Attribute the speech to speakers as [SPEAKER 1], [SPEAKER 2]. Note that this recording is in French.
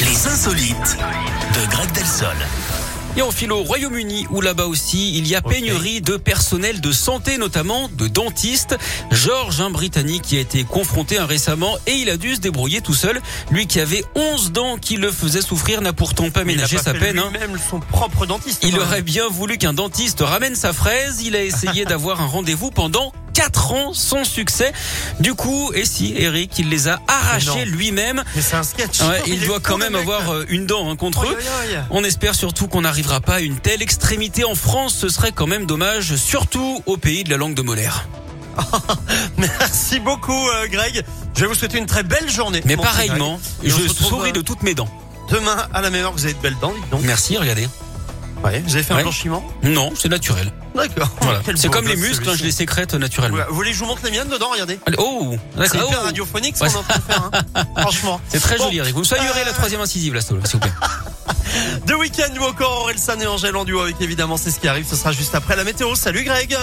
[SPEAKER 1] Les insolites de Greg Delsol.
[SPEAKER 2] Et on file au Royaume-Uni où là-bas aussi il y a pénurie de personnel de santé, notamment de dentistes. George, un Britannique qui a été confronté hein, récemment et il a dû se débrouiller tout seul. Lui qui avait 11 dents qui le faisaient souffrir n'a pourtant pas ménagé sa peine. hein.
[SPEAKER 3] Même son propre dentiste. hein.
[SPEAKER 2] Il
[SPEAKER 3] quand même.
[SPEAKER 2] aurait bien voulu qu'un dentiste ramène sa fraise. Il a essayé d'avoir un rendez-vous pendant 4 ans sans succès. Du coup, et si Eric, il les a arrachés
[SPEAKER 3] Mais non.
[SPEAKER 2] lui-même.
[SPEAKER 3] Mais c'est un sketch.
[SPEAKER 2] Ouais, il
[SPEAKER 3] est
[SPEAKER 2] doit
[SPEAKER 3] fou,
[SPEAKER 2] quand
[SPEAKER 3] le
[SPEAKER 2] même
[SPEAKER 3] mec.
[SPEAKER 2] avoir euh, une dent hein, contre
[SPEAKER 3] Aïe,
[SPEAKER 2] eux.
[SPEAKER 3] aïe, aïe.
[SPEAKER 2] On espère surtout qu'on n'arrivera pas à une telle extrémité en France, ce serait quand même dommage, surtout au pays de la langue de Molaire.
[SPEAKER 3] Merci beaucoup, euh, Greg. Je vais vous souhaiter une très belle journée.
[SPEAKER 2] Mais
[SPEAKER 3] mon petit
[SPEAKER 2] pareillement,
[SPEAKER 3] Greg. Et on
[SPEAKER 2] je
[SPEAKER 3] se retrouve,
[SPEAKER 2] souris
[SPEAKER 3] euh,
[SPEAKER 2] de toutes mes dents.
[SPEAKER 3] Demain, à la même heure, vous avez de belles dents, dites donc.
[SPEAKER 2] Merci, regardez.
[SPEAKER 3] Ouais, vous avez fait
[SPEAKER 2] Ouais.
[SPEAKER 3] un blanchiment
[SPEAKER 2] Non, c'est naturel.
[SPEAKER 3] D'accord.
[SPEAKER 2] Voilà.
[SPEAKER 3] Oh, Quel
[SPEAKER 2] C'est
[SPEAKER 3] beau
[SPEAKER 2] comme les
[SPEAKER 3] gosse,
[SPEAKER 2] muscles, hein, je les
[SPEAKER 3] celui-ci.
[SPEAKER 2] sécrète naturellement.
[SPEAKER 3] Ouais, Vous voulez que je vous montre les miennes dedans Regardez.
[SPEAKER 2] Allez, oh,
[SPEAKER 3] C'est
[SPEAKER 2] d'accord.
[SPEAKER 3] hyper
[SPEAKER 2] oh,
[SPEAKER 3] radiophonique ce
[SPEAKER 2] Ouais.
[SPEAKER 3] qu'on est en train de faire. hein. Franchement.
[SPEAKER 2] c'est très
[SPEAKER 3] Bon,
[SPEAKER 2] joli, hein. Eric. Vous saluerez la troisième incisive, là, s'il vous plaît.
[SPEAKER 3] Deux week-ends, ou encore Orelsan et Angèle en duo avec évidemment, c'est ce qui arrive. Ce sera juste après la météo. Salut Greg